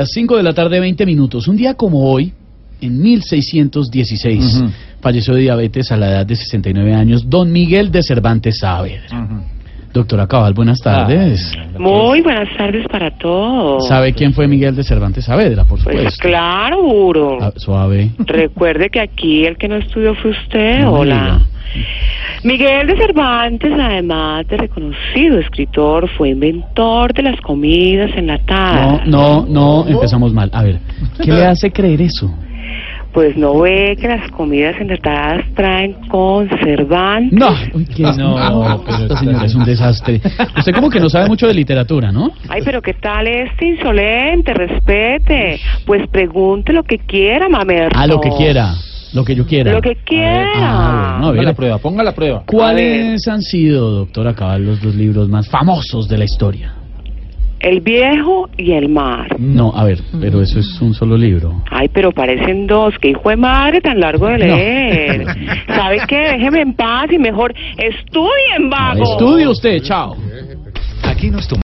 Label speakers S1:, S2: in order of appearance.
S1: A 5 de la tarde, 20 minutos. Un día como hoy, en 1616,
S2: Ujú.
S1: falleció de diabetes a la edad de 69 años don Miguel de Cervantes Saavedra. Doctora Cabal, buenas
S3: Ah,
S1: tardes.
S3: Muy buenas tardes para todos.
S1: ¿Sabe quién fue Miguel de Cervantes Saavedra, por
S3: Pues
S1: supuesto?
S3: claro, Uro.
S1: Ah, suave.
S3: Recuerde que aquí el que no estudió fue usted.
S1: No me
S3: Eh, Hola. Miguel de Cervantes, además de reconocido escritor, fue inventor de las comidas enlatadas.
S1: No, no, no, empezamos mal. A ver, ¿qué le hace creer eso?
S3: Pues no ve que las comidas enlatadas traen conservantes.
S1: No, uy, que no, pero esta señora es un desastre. Usted como que no sabe mucho de literatura, ¿no?
S3: Ay, pero ¿qué tal este insolente? Respete. Pues pregunte lo que quiera, mamerto.
S1: Ah, lo que quiera, lo que yo quiera.
S3: Lo que quiera.
S1: Ah, bueno, a
S2: Ponga
S1: ver,
S2: la prueba, ponga la prueba.
S1: ¿Cuáles han sido, doctora Cabal, los dos libros más famosos de la historia?
S3: El viejo y el mar.
S1: No, a ver, pero eso es un solo libro.
S3: Ay, pero parecen dos. Qué hijo de madre tan largo de
S1: No.
S3: leer. ¿Sabe qué? Déjeme en paz y mejor estudien,
S1: Ah,
S3: vago.
S1: Estudie usted, chao.